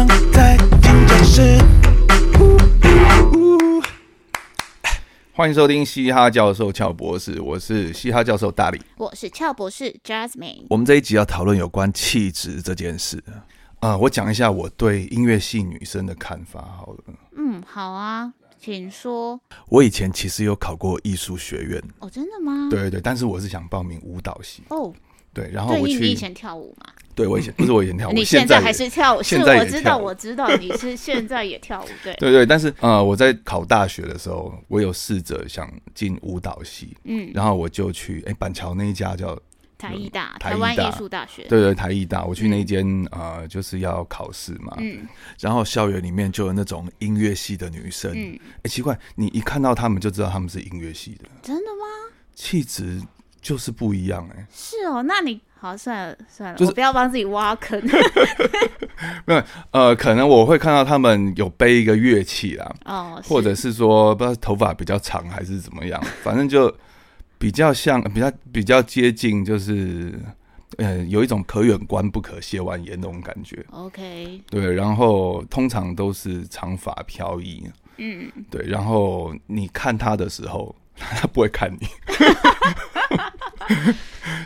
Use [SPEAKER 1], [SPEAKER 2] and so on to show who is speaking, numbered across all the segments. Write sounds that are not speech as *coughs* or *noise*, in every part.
[SPEAKER 1] 哎欢迎收听嘻哈教授俏博士，我是嘻哈教授大力。
[SPEAKER 2] 我是俏博士 Jasmine。
[SPEAKER 1] 我们这一集要讨论有关气质这件事啊、我讲一下我对音乐系女生的看法好了。
[SPEAKER 2] 嗯，好啊，请说。
[SPEAKER 1] 我以前其实有考过艺术学院，
[SPEAKER 2] 哦，真的吗？
[SPEAKER 1] 对对对，但是我是想报名舞蹈系，
[SPEAKER 2] 哦，
[SPEAKER 1] 对，然后
[SPEAKER 2] 对，
[SPEAKER 1] 我
[SPEAKER 2] 你你
[SPEAKER 1] 去，
[SPEAKER 2] 以前跳舞嘛？
[SPEAKER 1] 对我以前不是我以前跳舞，
[SPEAKER 2] 你
[SPEAKER 1] 我现
[SPEAKER 2] 在
[SPEAKER 1] 也
[SPEAKER 2] 还是跳舞？是，
[SPEAKER 1] 现在也
[SPEAKER 2] 我知道，
[SPEAKER 1] 跳舞
[SPEAKER 2] 我知道，你是现在也跳舞，对，
[SPEAKER 1] 对对，但是
[SPEAKER 2] 嗯
[SPEAKER 1] 呃，我在考大学的时候，我有试着想进舞蹈系，
[SPEAKER 2] 嗯，
[SPEAKER 1] 然后我就去哎板桥那一家叫
[SPEAKER 2] 台艺大，
[SPEAKER 1] 嗯台
[SPEAKER 2] 台湾
[SPEAKER 1] 艺大
[SPEAKER 2] 艺术大学，
[SPEAKER 1] 对对台艺大，我去那间、呃就是要考试嘛，
[SPEAKER 2] 嗯
[SPEAKER 1] 然后校园里面就有那种音乐系的女生，哎、
[SPEAKER 2] 嗯，
[SPEAKER 1] 奇怪，你一看到她们就知道她们是音乐系的，
[SPEAKER 2] 真的吗？
[SPEAKER 1] 气质就是不一样哎、
[SPEAKER 2] 是哦，那你好，算了算了，
[SPEAKER 1] 就是
[SPEAKER 2] 我不要帮自己挖
[SPEAKER 1] *laughs*
[SPEAKER 2] 坑。
[SPEAKER 1] 呃，可能我会看到她们有背一个乐器啦，
[SPEAKER 2] 哦，
[SPEAKER 1] 或
[SPEAKER 2] 是
[SPEAKER 1] 者是说不知道头发比较长还是怎么样，反正就比较像比较比较接近，就是呃有一种可远观不可亵玩焉那种感觉。
[SPEAKER 2] OK，
[SPEAKER 1] 对，然后通常都是长发飘逸，
[SPEAKER 2] 嗯，
[SPEAKER 1] 对，然后你看他的时候， *laughs* 他不会看你。 *laughs*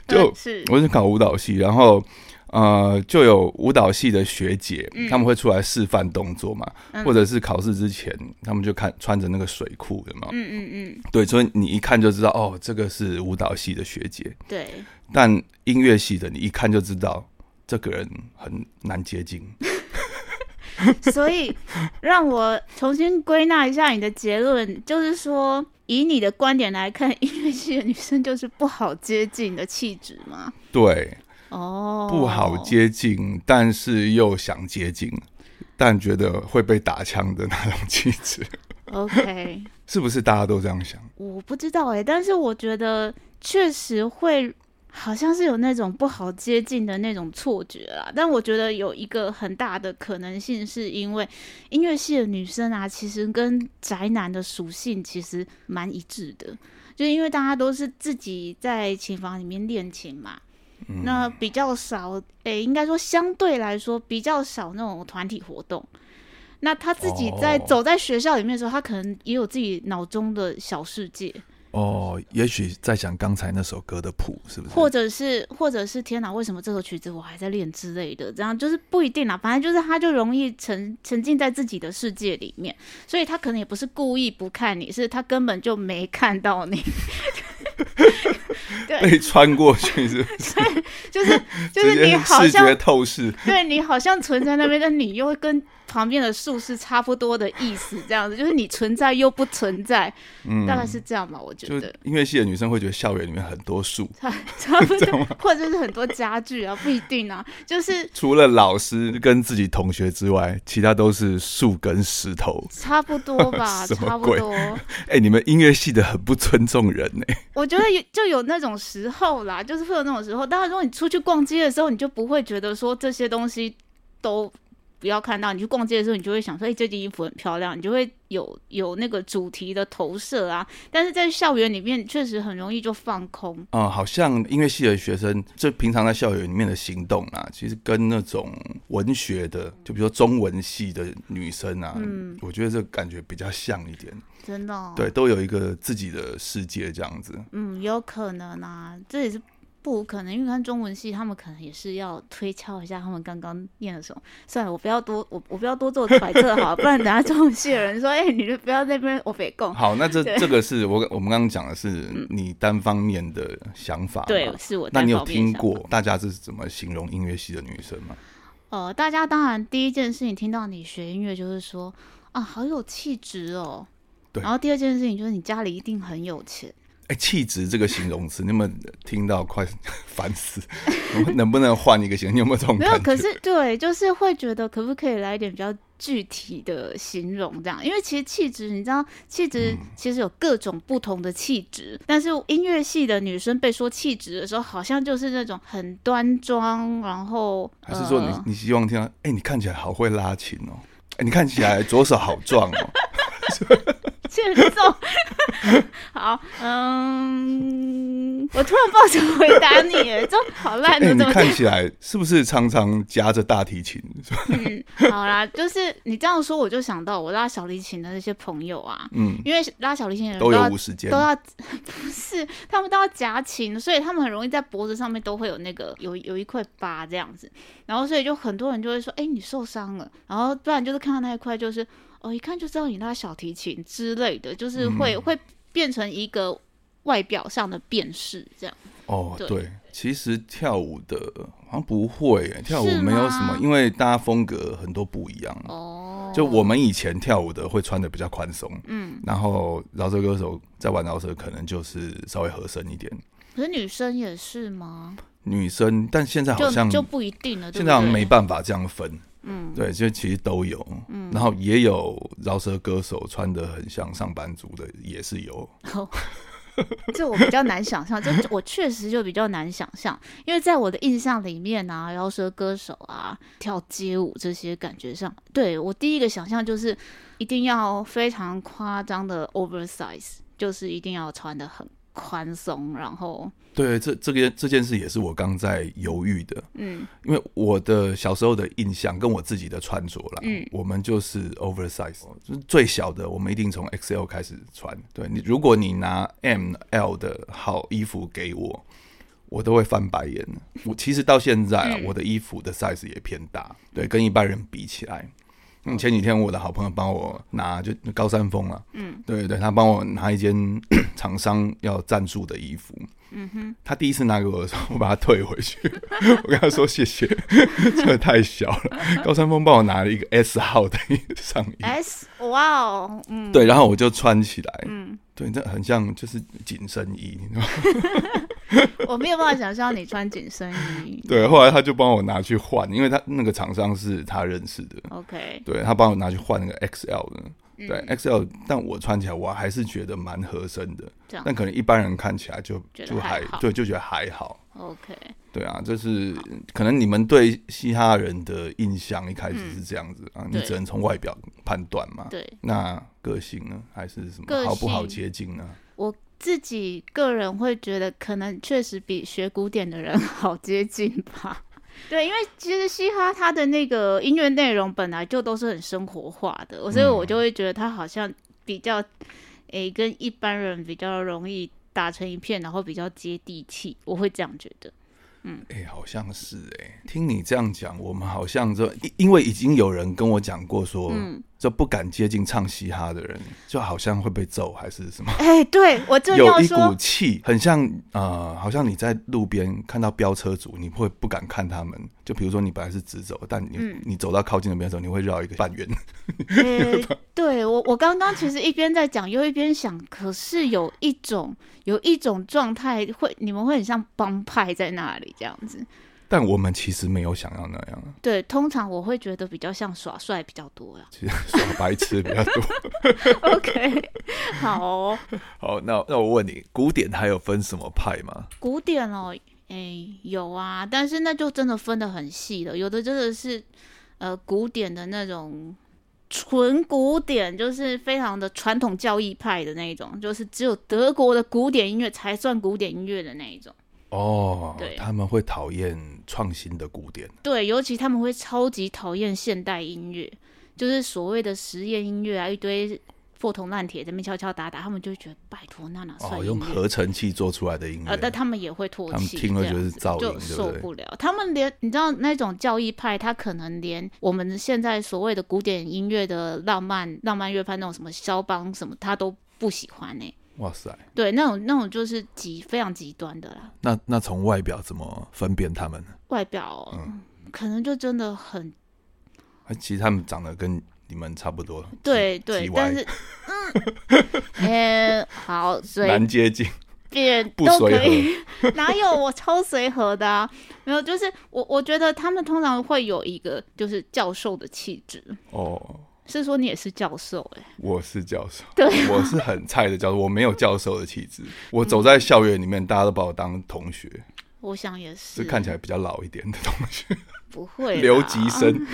[SPEAKER 1] 就
[SPEAKER 2] 嗯是
[SPEAKER 1] 我是考舞蹈系，然后呃，就有舞蹈系的学姐，他们会出来示范动作嘛，
[SPEAKER 2] 嗯
[SPEAKER 1] 或者是考试之前，他们就看穿着那个水裤，有没有？
[SPEAKER 2] 嗯嗯嗯，
[SPEAKER 1] 对，所以你一看就知道，哦，这个是舞蹈系的学姐。
[SPEAKER 2] 对，
[SPEAKER 1] 但音乐系的，你一看就知道，这个人很难接
[SPEAKER 2] *laughs*
[SPEAKER 1] 近。
[SPEAKER 2] 所以让我重新归纳一下你的结论，就是说，以你的观点来看，音乐系的女生就是不好接近的气质吗？
[SPEAKER 1] 对，
[SPEAKER 2] 哦，
[SPEAKER 1] 不好。接近，但是又想接近，但觉得会被打枪的那种气质，
[SPEAKER 2] OK，
[SPEAKER 1] *laughs* 是不是大家都这样想？
[SPEAKER 2] 我不知道哎、但是我觉得确实会。好像是有那种不好接近的那种错觉啦，但我觉得有一个很大的可能性，是因为音乐系的女生啊，其实跟宅男的属性其实蛮一致的，就是因为大家都是自己在琴房里面练琴嘛，那比较少，诶、应该说相对来说比较少那种团体活动。那他自己在
[SPEAKER 1] 哦
[SPEAKER 2] 走在学校里面的时候，他可能也有自己脑中的小世界，
[SPEAKER 1] 哦，也许在想刚才那首歌的谱，是不是？
[SPEAKER 2] 或者是或者是天哪，为什么这首曲子我还在练之类的，这样就是不一定啦。反正就是他就容易沉沉浸在自己的世界里面，所以他可能也不是故意不看你，是他根本就没看到你， *laughs*
[SPEAKER 1] *laughs* 被穿过去是不是，
[SPEAKER 2] 就是 *laughs* 就
[SPEAKER 1] 直
[SPEAKER 2] 是你
[SPEAKER 1] 接
[SPEAKER 2] 好
[SPEAKER 1] 视
[SPEAKER 2] 像
[SPEAKER 1] 觉透视。
[SPEAKER 2] 对你好像存在那边，但你又跟旁边的树是差不多的意思，这样子就是你存在又不存在，大概是这样吧，我觉
[SPEAKER 1] 嗯就
[SPEAKER 2] 得 *laughs*
[SPEAKER 1] 音乐系的女生会觉得校园里面很多树，
[SPEAKER 2] 差差
[SPEAKER 1] *laughs*
[SPEAKER 2] 不多， *laughs* 或者是很多家具啊，不一定啊，就是
[SPEAKER 1] 除了老师跟自己同学之外，其他都是树跟石头。
[SPEAKER 2] 差不多
[SPEAKER 1] *laughs*
[SPEAKER 2] 吧，
[SPEAKER 1] 什么
[SPEAKER 2] 差不
[SPEAKER 1] 鬼
[SPEAKER 2] 多。
[SPEAKER 1] 哎、你们音乐系的很不尊重人 *laughs* 呢、
[SPEAKER 2] 我觉得有就有那种时候啦，就是会有那种时候。当然，如果你出去逛街的时候，你就不会觉得说这些东西都不要看到。你去逛街的时候，你就会想说，哎、这件衣服很漂亮，你就会有有那个主题的投射啊。但是在校园里面，确实很容易就放空。
[SPEAKER 1] 啊、好像音乐系的学生，就平常在校园里面的行动啊，其实跟那种文学的，就比如说中文系的女生啊，
[SPEAKER 2] 嗯
[SPEAKER 1] 我觉得这感觉比较像一点，
[SPEAKER 2] 真的、哦，
[SPEAKER 1] 对，，都有一个自己的世界这样子。
[SPEAKER 2] 嗯，有可能啊，这也是不无可能，因为看中文系，他们可能也是要推敲一下他们刚刚念的什么。算了，我不要多，我我不要多做揣测好了，不然等下中文系的人说，哎、你就不要在那边我北贡。
[SPEAKER 1] 好，那这
[SPEAKER 2] 对嗯
[SPEAKER 1] 这个是我我们刚刚讲的是你单方面的想法嘛，
[SPEAKER 2] 对，是我。
[SPEAKER 1] 那你有听？过大家是怎么形容音乐系的女生吗？
[SPEAKER 2] 呃，大家当然第一件事情听到你学音乐就是说啊，好有气质哦。
[SPEAKER 1] 对
[SPEAKER 2] 然后第二件事情就是你家里一定很有钱。
[SPEAKER 1] 哎、气质这个形容词，你有没有听到快 *laughs* 烦死？能不能换一个形容？你有没有这种
[SPEAKER 2] 没有，
[SPEAKER 1] 感
[SPEAKER 2] 可
[SPEAKER 1] 觉？
[SPEAKER 2] 是对，就是会觉得可不可以来一点比较具体的形容这样？因为其实气质，你知道，气质
[SPEAKER 1] 嗯
[SPEAKER 2] 其实有各种不同的气质，但是音乐系的女生被说气质的时候，好像就是那种很端庄，然后
[SPEAKER 1] 还是说你、
[SPEAKER 2] 呃 *laughs*
[SPEAKER 1] 你希望听到？哎、你看起来好会拉琴哦、哎、你看起来左手好壮
[SPEAKER 2] *laughs*
[SPEAKER 1] 哦、
[SPEAKER 2] 欠揍。好，嗯，我突然不知道怎么回答你耶，这好烂
[SPEAKER 1] 哎、
[SPEAKER 2] 的，
[SPEAKER 1] 你
[SPEAKER 2] 怎么
[SPEAKER 1] 看起来是不是常常夹着大提琴？ *laughs*
[SPEAKER 2] 嗯，好啦，就是你这样说，我就想到我拉小提琴的那些朋友啊，
[SPEAKER 1] 嗯，
[SPEAKER 2] 因为拉小提琴的人
[SPEAKER 1] 都有
[SPEAKER 2] 要
[SPEAKER 1] 五十间
[SPEAKER 2] 都。要 *laughs* 不是，他们都要夹琴，所以他们很容易在脖子上面都会有那个有有一块疤这样子，然后所以就很多人就会说，哎、你受伤了，然后不然就是看到那一块就是哦，一看就知道你拉小提琴之类的，就是会、
[SPEAKER 1] 嗯
[SPEAKER 2] 会变成一个外表上的辨识这样。
[SPEAKER 1] 哦，
[SPEAKER 2] 对
[SPEAKER 1] 对，其实跳舞的好像不会耶，跳舞
[SPEAKER 2] 是
[SPEAKER 1] 没有什
[SPEAKER 2] 吗
[SPEAKER 1] 么，因为大家风格很多不一样。
[SPEAKER 2] 哦，
[SPEAKER 1] 就我们以前跳舞的会穿的比较宽松，
[SPEAKER 2] 嗯，
[SPEAKER 1] 然后饶舌歌手在玩饶舌可能就是稍微合身一点。
[SPEAKER 2] 可是女生也是吗？
[SPEAKER 1] 女生，但现在好
[SPEAKER 2] 就
[SPEAKER 1] 像
[SPEAKER 2] 就不一定了，对
[SPEAKER 1] 现
[SPEAKER 2] 不
[SPEAKER 1] 在好像
[SPEAKER 2] 对
[SPEAKER 1] 没办法这样分，
[SPEAKER 2] 嗯，
[SPEAKER 1] 对，就其实都有，然后也有饶舌歌手穿的很像上班族的，也是有，
[SPEAKER 2] 这我比较难想象，这我确实就比较难想象，因为在我的印象里面啊，饶舌歌手啊，跳街舞这些感觉上，对我第一个想象就是一定要非常夸张的 oversize，就是一定要穿的很宽松，然后
[SPEAKER 1] 对，这这个这件事也是我刚在犹豫的，
[SPEAKER 2] 嗯
[SPEAKER 1] 因为我的小时候的印象跟我自己的穿着啦，
[SPEAKER 2] 嗯
[SPEAKER 1] 我们就是 oversize，就是最小的，我们一定从 XL 开始穿。对你，如果你拿 M、L 的好衣服给我，我都会翻白眼。我其实到现在、啊
[SPEAKER 2] 嗯
[SPEAKER 1] 我的衣服的 size 也偏大，对，跟一般人比起来。嗯，前几天我的好朋友帮我拿，就高山峰啊，
[SPEAKER 2] 嗯
[SPEAKER 1] 对对，他帮我拿一件 *coughs* 厂商要赞助的衣服，
[SPEAKER 2] 嗯哼，
[SPEAKER 1] 他第一次拿给我的时候，我把它退回去，我跟他说谢谢， *laughs* 这个太小了。高山峰帮我拿了一个 S 号的上衣，
[SPEAKER 2] ，S，哇哦，嗯，
[SPEAKER 1] 对，然后我就穿起来，
[SPEAKER 2] 嗯，
[SPEAKER 1] 对，这很像就是紧身衣，你知道吗 *laughs*
[SPEAKER 2] 我没有办法想象你穿紧身衣 *laughs*
[SPEAKER 1] 对。后来他就帮我拿去换，因为他那个厂商是他认识的，
[SPEAKER 2] ，OK，
[SPEAKER 1] 对他帮我拿去换那个 XL 的，
[SPEAKER 2] 嗯
[SPEAKER 1] 对 XL，但我穿起来我还是觉得蛮合身的
[SPEAKER 2] 这样，
[SPEAKER 1] 但可能一般人看起来就
[SPEAKER 2] 觉得
[SPEAKER 1] 就
[SPEAKER 2] 还好
[SPEAKER 1] 对就觉得还好。
[SPEAKER 2] ，OK，
[SPEAKER 1] 对啊，这是可能你们对嘻哈人的印象一开始是这样子、啊，你
[SPEAKER 2] 嗯对
[SPEAKER 1] 只能从外表判断嘛。
[SPEAKER 2] 对。
[SPEAKER 1] 那个性呢，还是什
[SPEAKER 2] 个
[SPEAKER 1] 么
[SPEAKER 2] 性
[SPEAKER 1] 好不好接近呢？
[SPEAKER 2] 我自己个人会觉得，可能确实比学古典的人好接近吧。 *laughs* 对，因为其实嘻哈它的那个音乐内容本来就都是很生活化的，所以我就会觉得它好像比较，诶、跟一般人比较容易打成一片，然后比较接地气，我会这样觉得。
[SPEAKER 1] 哎、好像是哎、听你这样讲，我们好像这因因为已经有人跟我讲过说，
[SPEAKER 2] 嗯
[SPEAKER 1] 就不敢接近唱嘻哈的人，就好像会被揍还是什么，
[SPEAKER 2] *laughs* 哎、对我正
[SPEAKER 1] 有
[SPEAKER 2] 要
[SPEAKER 1] 一股
[SPEAKER 2] 说，
[SPEAKER 1] 气，很像呃，好像你在路边看到飙车族，你会不敢看他们。就比如说你本来是直走，但你、
[SPEAKER 2] 嗯
[SPEAKER 1] 你走到靠近那边的时候，你会绕一个半圆。
[SPEAKER 2] 诶
[SPEAKER 1] *laughs*
[SPEAKER 2] 对我我刚刚其实一边在讲，又一边想，可是有一种有一种状态会，你们会很像帮派在那里这样子。
[SPEAKER 1] 但我们其实没有想要那样，。
[SPEAKER 2] 对，通常我会觉得比较像耍帅比较多 *laughs* 啦
[SPEAKER 1] 其实耍白痴比较多。 *laughs*
[SPEAKER 2] OK，好、哦，
[SPEAKER 1] 好，那那我问你，古典还有分什么派吗？
[SPEAKER 2] *laughs* 古典哦，诶，有啊，但是那就真的分得很细了，有的真的是呃古典的那种。纯古典就是非常的传统教义派的那一种，就是只有德国的古典音乐才算古典音乐的那一种。
[SPEAKER 1] 哦
[SPEAKER 2] 对，
[SPEAKER 1] 他们会讨厌创新的古典，
[SPEAKER 2] 对，尤其他们会超级讨厌现代音乐，就是所谓的实验音乐啊，一堆破铜烂铁在那边敲敲打打，他们就会觉得拜托那哪算
[SPEAKER 1] 哦，
[SPEAKER 2] 音乐？
[SPEAKER 1] 用合成器做出来的音乐。
[SPEAKER 2] 呃，但他们也会唾弃，
[SPEAKER 1] 他们听了
[SPEAKER 2] 这样
[SPEAKER 1] 就是
[SPEAKER 2] 子
[SPEAKER 1] 噪音
[SPEAKER 2] 就
[SPEAKER 1] 对不
[SPEAKER 2] 受
[SPEAKER 1] 对
[SPEAKER 2] 不了。他们连你知道那种教义派，他可能连我们现在所谓的古典音乐的浪漫、浪漫乐派那种什么肖邦什么，他都不喜欢呢、
[SPEAKER 1] 哇塞，
[SPEAKER 2] 对，那种那种就是极非常极端的啦，
[SPEAKER 1] 那那从外表怎么分辨他们呢？
[SPEAKER 2] 外表哦、
[SPEAKER 1] 嗯
[SPEAKER 2] 可能就真的很
[SPEAKER 1] 啊其实他们长得跟你们差不多，
[SPEAKER 2] 对对，
[SPEAKER 1] 歪
[SPEAKER 2] 但是嗯， *laughs* 呃，好随
[SPEAKER 1] 难接近。
[SPEAKER 2] 便
[SPEAKER 1] 不
[SPEAKER 2] 都
[SPEAKER 1] 随
[SPEAKER 2] 可以， *laughs* 哪有我超随和的啊？没有，就是我我觉得他们通常会有一个就是教授的气质，
[SPEAKER 1] 哦，
[SPEAKER 2] 是说你也是教授哎、
[SPEAKER 1] 我是教授，
[SPEAKER 2] 对
[SPEAKER 1] 我是很菜的教授，我没有教授的气
[SPEAKER 2] *laughs*
[SPEAKER 1] 质。我走在校园里面，大家都把我当同学，
[SPEAKER 2] 我想也是，
[SPEAKER 1] 是
[SPEAKER 2] 啊
[SPEAKER 1] 看起来比较老一点的同学，
[SPEAKER 2] 不
[SPEAKER 1] *laughs*
[SPEAKER 2] 会啦
[SPEAKER 1] 留级。生。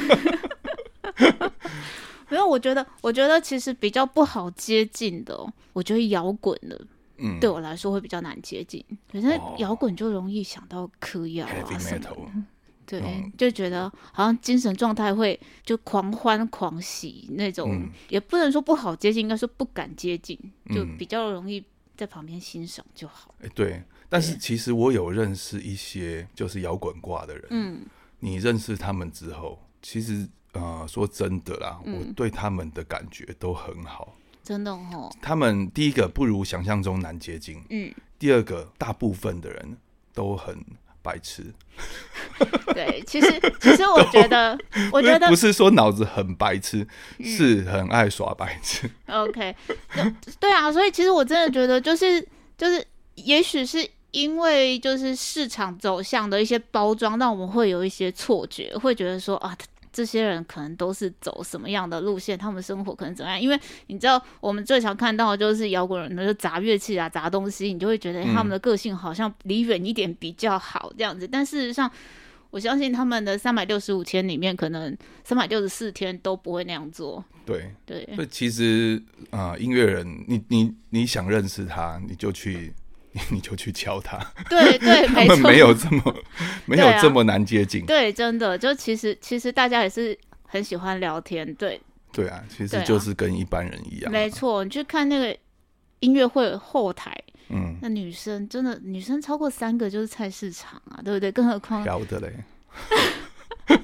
[SPEAKER 2] 没有，我觉得我觉得其实比较不好接近的哦、我觉得摇滚的
[SPEAKER 1] 嗯
[SPEAKER 2] 对我来说会比较难接近。可是
[SPEAKER 1] 哦
[SPEAKER 2] 摇滚就容易想到嗑药
[SPEAKER 1] ，heavy
[SPEAKER 2] 啊什么的
[SPEAKER 1] metal，
[SPEAKER 2] 对，
[SPEAKER 1] 嗯
[SPEAKER 2] 就觉得好像精神状态会就狂欢狂喜那种，
[SPEAKER 1] 嗯
[SPEAKER 2] 也不能说不好接近，应该说不敢接近，就
[SPEAKER 1] 嗯
[SPEAKER 2] 比较容易在旁边欣赏就好。
[SPEAKER 1] 哎对。但是其实我有认识一些就是摇滚挂的人，
[SPEAKER 2] 嗯，
[SPEAKER 1] 你认识他们之后，其实呃说真的啦，
[SPEAKER 2] 嗯
[SPEAKER 1] 我对他们的感觉都很好。
[SPEAKER 2] 真的哦，
[SPEAKER 1] 他们第一个不如想象中难接近，
[SPEAKER 2] 嗯，
[SPEAKER 1] 第二个大部分的人都很白痴，
[SPEAKER 2] 对，其实其实我觉
[SPEAKER 1] *laughs*
[SPEAKER 2] 得，我觉得嗯
[SPEAKER 1] 不是说脑子很白痴，是很爱耍白痴。
[SPEAKER 2] OK，那对啊，所以其实我真的觉得，就是就是，也许是因为就是市场走向的一些包装，让我们会有一些错觉，会觉得说啊。这些人可能都是走什么样的路线，他们生活可能怎么样？因为你知道，我们最常看到的就是摇滚人，就砸乐器啊、砸东西，你就会觉得
[SPEAKER 1] 嗯
[SPEAKER 2] 他们的个性好像离远一点比较好这样子。但事实上，我相信他们的三百六十五天里面，可能三百六十四天都不会那样做。
[SPEAKER 1] 对，
[SPEAKER 2] 对，
[SPEAKER 1] 所以其实呃，音乐人，你你你想认识他，你就去。 *laughs* 你你就去敲他，
[SPEAKER 2] *laughs* 对对，
[SPEAKER 1] 他
[SPEAKER 2] 没
[SPEAKER 1] 们
[SPEAKER 2] 错，
[SPEAKER 1] 没有这么没有
[SPEAKER 2] 对啊
[SPEAKER 1] 这么难接近，
[SPEAKER 2] 对，真的，就其实其实大家也是很喜欢聊天，对，
[SPEAKER 1] 对啊，其
[SPEAKER 2] 对
[SPEAKER 1] 实
[SPEAKER 2] 啊
[SPEAKER 1] 就是跟一般人一样啊，
[SPEAKER 2] 没错。你去看那个音乐会后台，
[SPEAKER 1] 嗯，
[SPEAKER 2] 那女生真的女生超过三个就是菜市场啊，对不对？更何况
[SPEAKER 1] 聊的嘞，
[SPEAKER 2] 没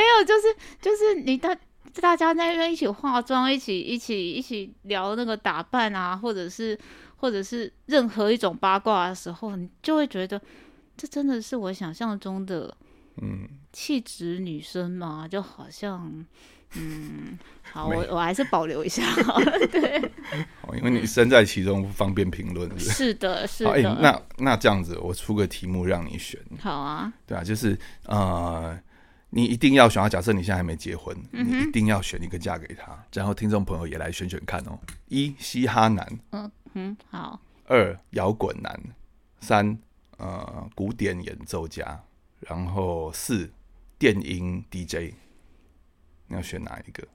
[SPEAKER 2] 有，就是就是你大大家在那边一起化妆，一起一起一起聊那个打扮啊，或者是或者是任何一种八卦的时候，你就会觉得这真的是我想象中的
[SPEAKER 1] 嗯，
[SPEAKER 2] 气质女生嘛，就好像，嗯，好，
[SPEAKER 1] 没
[SPEAKER 2] 我我还是保留
[SPEAKER 1] *laughs*
[SPEAKER 2] 一下。
[SPEAKER 1] 哦，因为你身在其中不方便评论，是不是
[SPEAKER 2] *laughs* 是的，是
[SPEAKER 1] 好，哎、
[SPEAKER 2] 的，
[SPEAKER 1] 那那这样子，我出个题目让你选，
[SPEAKER 2] 好啊，
[SPEAKER 1] 对啊，就是呃，你一定要选啊。假设你现在还没结婚，
[SPEAKER 2] 嗯
[SPEAKER 1] 你
[SPEAKER 2] 哼
[SPEAKER 1] 一定要选一个嫁给他。然后听众朋友也来选选看哦：一嘻哈男，
[SPEAKER 2] 嗯，好，
[SPEAKER 1] 二摇滚男，三呃古典演奏家，然后四电音 DJ。你要选哪一个？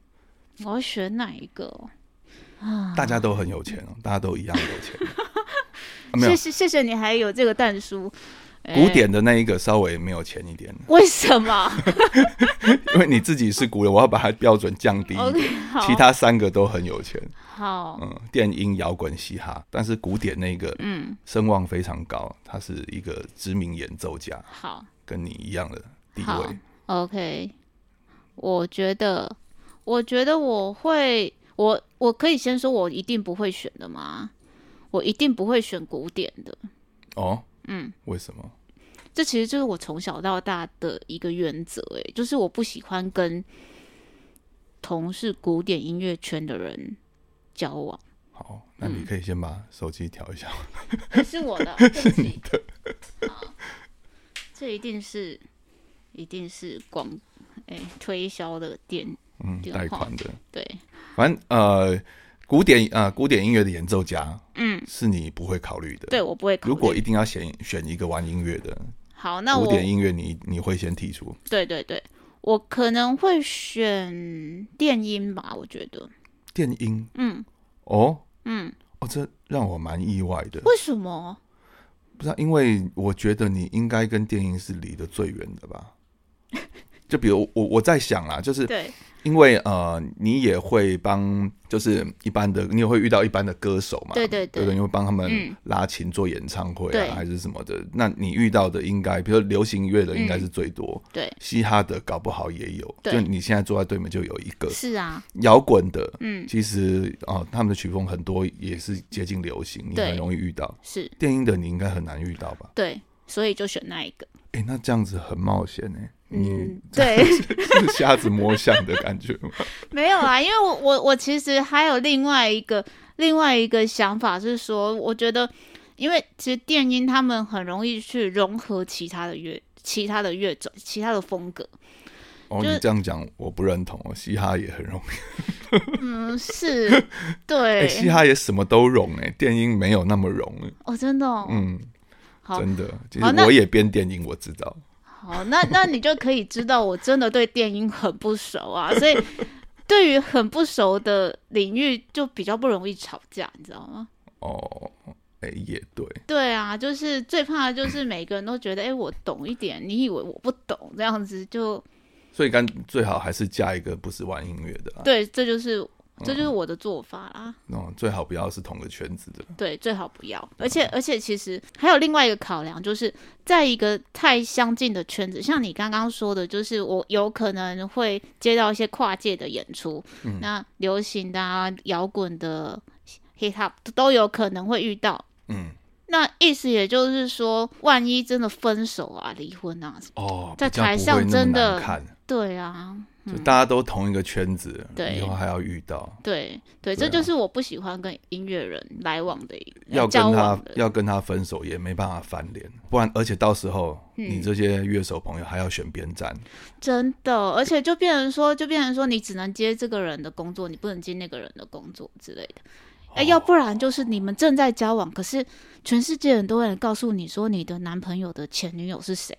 [SPEAKER 2] 我要选哪一个哦？
[SPEAKER 1] 大家都很有钱哦，大家都一样有钱。啊
[SPEAKER 2] *laughs*
[SPEAKER 1] 没有
[SPEAKER 2] 谢谢谢谢你还有这个蛋叔，哎
[SPEAKER 1] 古典的那一个稍微没有钱一点，
[SPEAKER 2] 为什
[SPEAKER 1] *laughs*
[SPEAKER 2] 么
[SPEAKER 1] 因为你自己是古典，我要把它标准降低一点。
[SPEAKER 2] ？OK，好，哦
[SPEAKER 1] 其他三个都很有钱。
[SPEAKER 2] 好，
[SPEAKER 1] 嗯，电音、摇滚、嘻哈，但是古典那个
[SPEAKER 2] 嗯，
[SPEAKER 1] 声望非常高，他是一个知名演奏家，
[SPEAKER 2] 好，
[SPEAKER 1] 跟你一样的地
[SPEAKER 2] 好
[SPEAKER 1] 位。
[SPEAKER 2] OK，我觉得，我觉得我会，我我可以先说，我一定不会选的吗？我一定不会选古典的。
[SPEAKER 1] 哦，
[SPEAKER 2] 嗯，
[SPEAKER 1] 为什么？
[SPEAKER 2] 这其实就是我从小到大的一个原则，诶，就是我不喜欢跟同是古典音乐圈的人交往。
[SPEAKER 1] 好，那
[SPEAKER 2] 嗯
[SPEAKER 1] 你可以先把手机调一下。
[SPEAKER 2] 诶是我
[SPEAKER 1] *laughs*
[SPEAKER 2] 的，是你的。好这一定是，一定是广诶推销的店，
[SPEAKER 1] 嗯，
[SPEAKER 2] 电话
[SPEAKER 1] 贷款的，
[SPEAKER 2] 对，
[SPEAKER 1] 反正呃，古典呃古典音乐的演奏家
[SPEAKER 2] 嗯，
[SPEAKER 1] 是你不会考虑的。
[SPEAKER 2] 对，我不会考虑。
[SPEAKER 1] 如果一定要选选一个玩音乐的
[SPEAKER 2] 好，那
[SPEAKER 1] 古
[SPEAKER 2] 我
[SPEAKER 1] 典音乐你，你会先剔除
[SPEAKER 2] 对对对，我可能会选电音吧，我觉得，
[SPEAKER 1] 电音
[SPEAKER 2] 嗯
[SPEAKER 1] 哦
[SPEAKER 2] 嗯，
[SPEAKER 1] 哦，这让我蛮意外的。
[SPEAKER 2] 为什么？
[SPEAKER 1] 不是、啊，因为我觉得你应该跟电音是离得最远的
[SPEAKER 2] *laughs*
[SPEAKER 1] 吧。就比如我我在想啦，就是
[SPEAKER 2] 对，
[SPEAKER 1] 因为呃，你也会帮，就是一般的，你也会遇到一般的歌手嘛，
[SPEAKER 2] 对对
[SPEAKER 1] 对
[SPEAKER 2] 对
[SPEAKER 1] 不对，你会帮他们
[SPEAKER 2] 嗯
[SPEAKER 1] 拉琴做演唱会
[SPEAKER 2] 对
[SPEAKER 1] 啊，还是什么的。那你遇到的应该，比如说流行乐的应该是最多，
[SPEAKER 2] 对，
[SPEAKER 1] 嘻哈的搞不好也有，
[SPEAKER 2] 嗯对
[SPEAKER 1] 就你现在坐在对面就有一个
[SPEAKER 2] 是啊，
[SPEAKER 1] 摇滚的。
[SPEAKER 2] 嗯，
[SPEAKER 1] 其实哦，他们的曲风很多也是接近流行，你
[SPEAKER 2] 对
[SPEAKER 1] 很容易遇到。
[SPEAKER 2] 是
[SPEAKER 1] 电音的你应该很难遇到吧？
[SPEAKER 2] 对，所以就选那一个。
[SPEAKER 1] 哎、那这样子很冒险哎、
[SPEAKER 2] 嗯
[SPEAKER 1] 你， *laughs*
[SPEAKER 2] 对， *laughs*
[SPEAKER 1] 是瞎子摸象的感觉吗？
[SPEAKER 2] 没有啊，因为我我我其实还有另外一个另外一个想法是说，我觉得，因为其实电音他们很容易去融合其他的乐、其他的乐种、其他的风格。
[SPEAKER 1] 哦，
[SPEAKER 2] 就是
[SPEAKER 1] 你这样讲我不认同哦，嘻哈也很容易，
[SPEAKER 2] 嗯，是，对，
[SPEAKER 1] *laughs* 哎、嘻哈也什么都容哎、电音没有那么容哎、
[SPEAKER 2] 哦，真的、哦，
[SPEAKER 1] 嗯，
[SPEAKER 2] 好
[SPEAKER 1] 真的，其实
[SPEAKER 2] 好那
[SPEAKER 1] 我也编电音，我知道，
[SPEAKER 2] 好，那那你就可以知道我真的对电音很不熟啊，所以对于很不熟的领域就比较不容易吵架，你知道吗？
[SPEAKER 1] 哦，哎，也对，
[SPEAKER 2] 对啊，就是最怕的就是每个人都觉得，哎、我懂一点，你以为我不懂，这样子就
[SPEAKER 1] 所以干最好还是加一个不是玩音乐的、啊，
[SPEAKER 2] 对，这就是这就是我的做法啦。
[SPEAKER 1] 嗯，最好不要是同个圈子的，
[SPEAKER 2] 对，最好不要。而且而且，其实还有另外一个考量，就是在一个太相近的圈子，像你刚刚说的，就是我有可能会接到一些跨界的演出，那流行的、啊、摇滚的、hip hop 都有可能会遇到。
[SPEAKER 1] 嗯，
[SPEAKER 2] 那意思也就是说，万一真的分手啊、离婚啊，
[SPEAKER 1] 哦，
[SPEAKER 2] 在
[SPEAKER 1] 比较
[SPEAKER 2] 台
[SPEAKER 1] 不
[SPEAKER 2] 上
[SPEAKER 1] 会那么
[SPEAKER 2] 真的
[SPEAKER 1] 难看，
[SPEAKER 2] 对啊，
[SPEAKER 1] 就大家都同一个圈子，
[SPEAKER 2] 对
[SPEAKER 1] 以后还要遇到，
[SPEAKER 2] 对对，
[SPEAKER 1] 对
[SPEAKER 2] 这
[SPEAKER 1] 啊
[SPEAKER 2] 就是我不喜欢跟音乐人来往的一呃
[SPEAKER 1] 要
[SPEAKER 2] 交
[SPEAKER 1] 跟他
[SPEAKER 2] 往的。
[SPEAKER 1] 要跟他分手也没办法翻脸，不然而且到时候
[SPEAKER 2] 嗯
[SPEAKER 1] 你这些乐手朋友还要选边站，
[SPEAKER 2] 真的，而且就变成说，就变成说，你只能接这个人的工作，你不能接那个人的工作之类的。
[SPEAKER 1] 哦
[SPEAKER 2] 哎、要不然就是你们正在交往，可是全世界人都会来告诉你说你的男朋友的前女友是谁，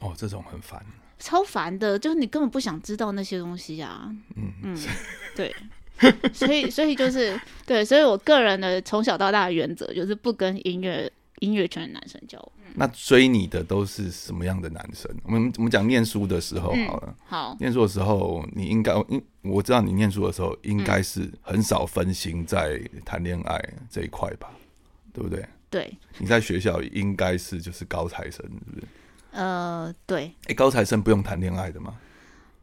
[SPEAKER 1] 哦，这种很烦，
[SPEAKER 2] 超烦的，就是你根本不想知道那些东西啊。
[SPEAKER 1] 嗯 *laughs*
[SPEAKER 2] 对，所以所以就是对，所以我个人的从小到大的原则就是不跟音乐音乐圈的男生交往。
[SPEAKER 1] 那追你的都是什么样的男生？我们我们讲念书的时候
[SPEAKER 2] 嗯
[SPEAKER 1] 好了，
[SPEAKER 2] 好，
[SPEAKER 1] 念书的时候你应该，因我知道你念书的时候应该是很少分心在谈恋爱这一块吧，对不对？
[SPEAKER 2] 对，
[SPEAKER 1] 你在学校应该是就是高材生，是
[SPEAKER 2] 嗯
[SPEAKER 1] 不是？
[SPEAKER 2] 呃，对，
[SPEAKER 1] 哎、高材生不用谈恋爱的吗？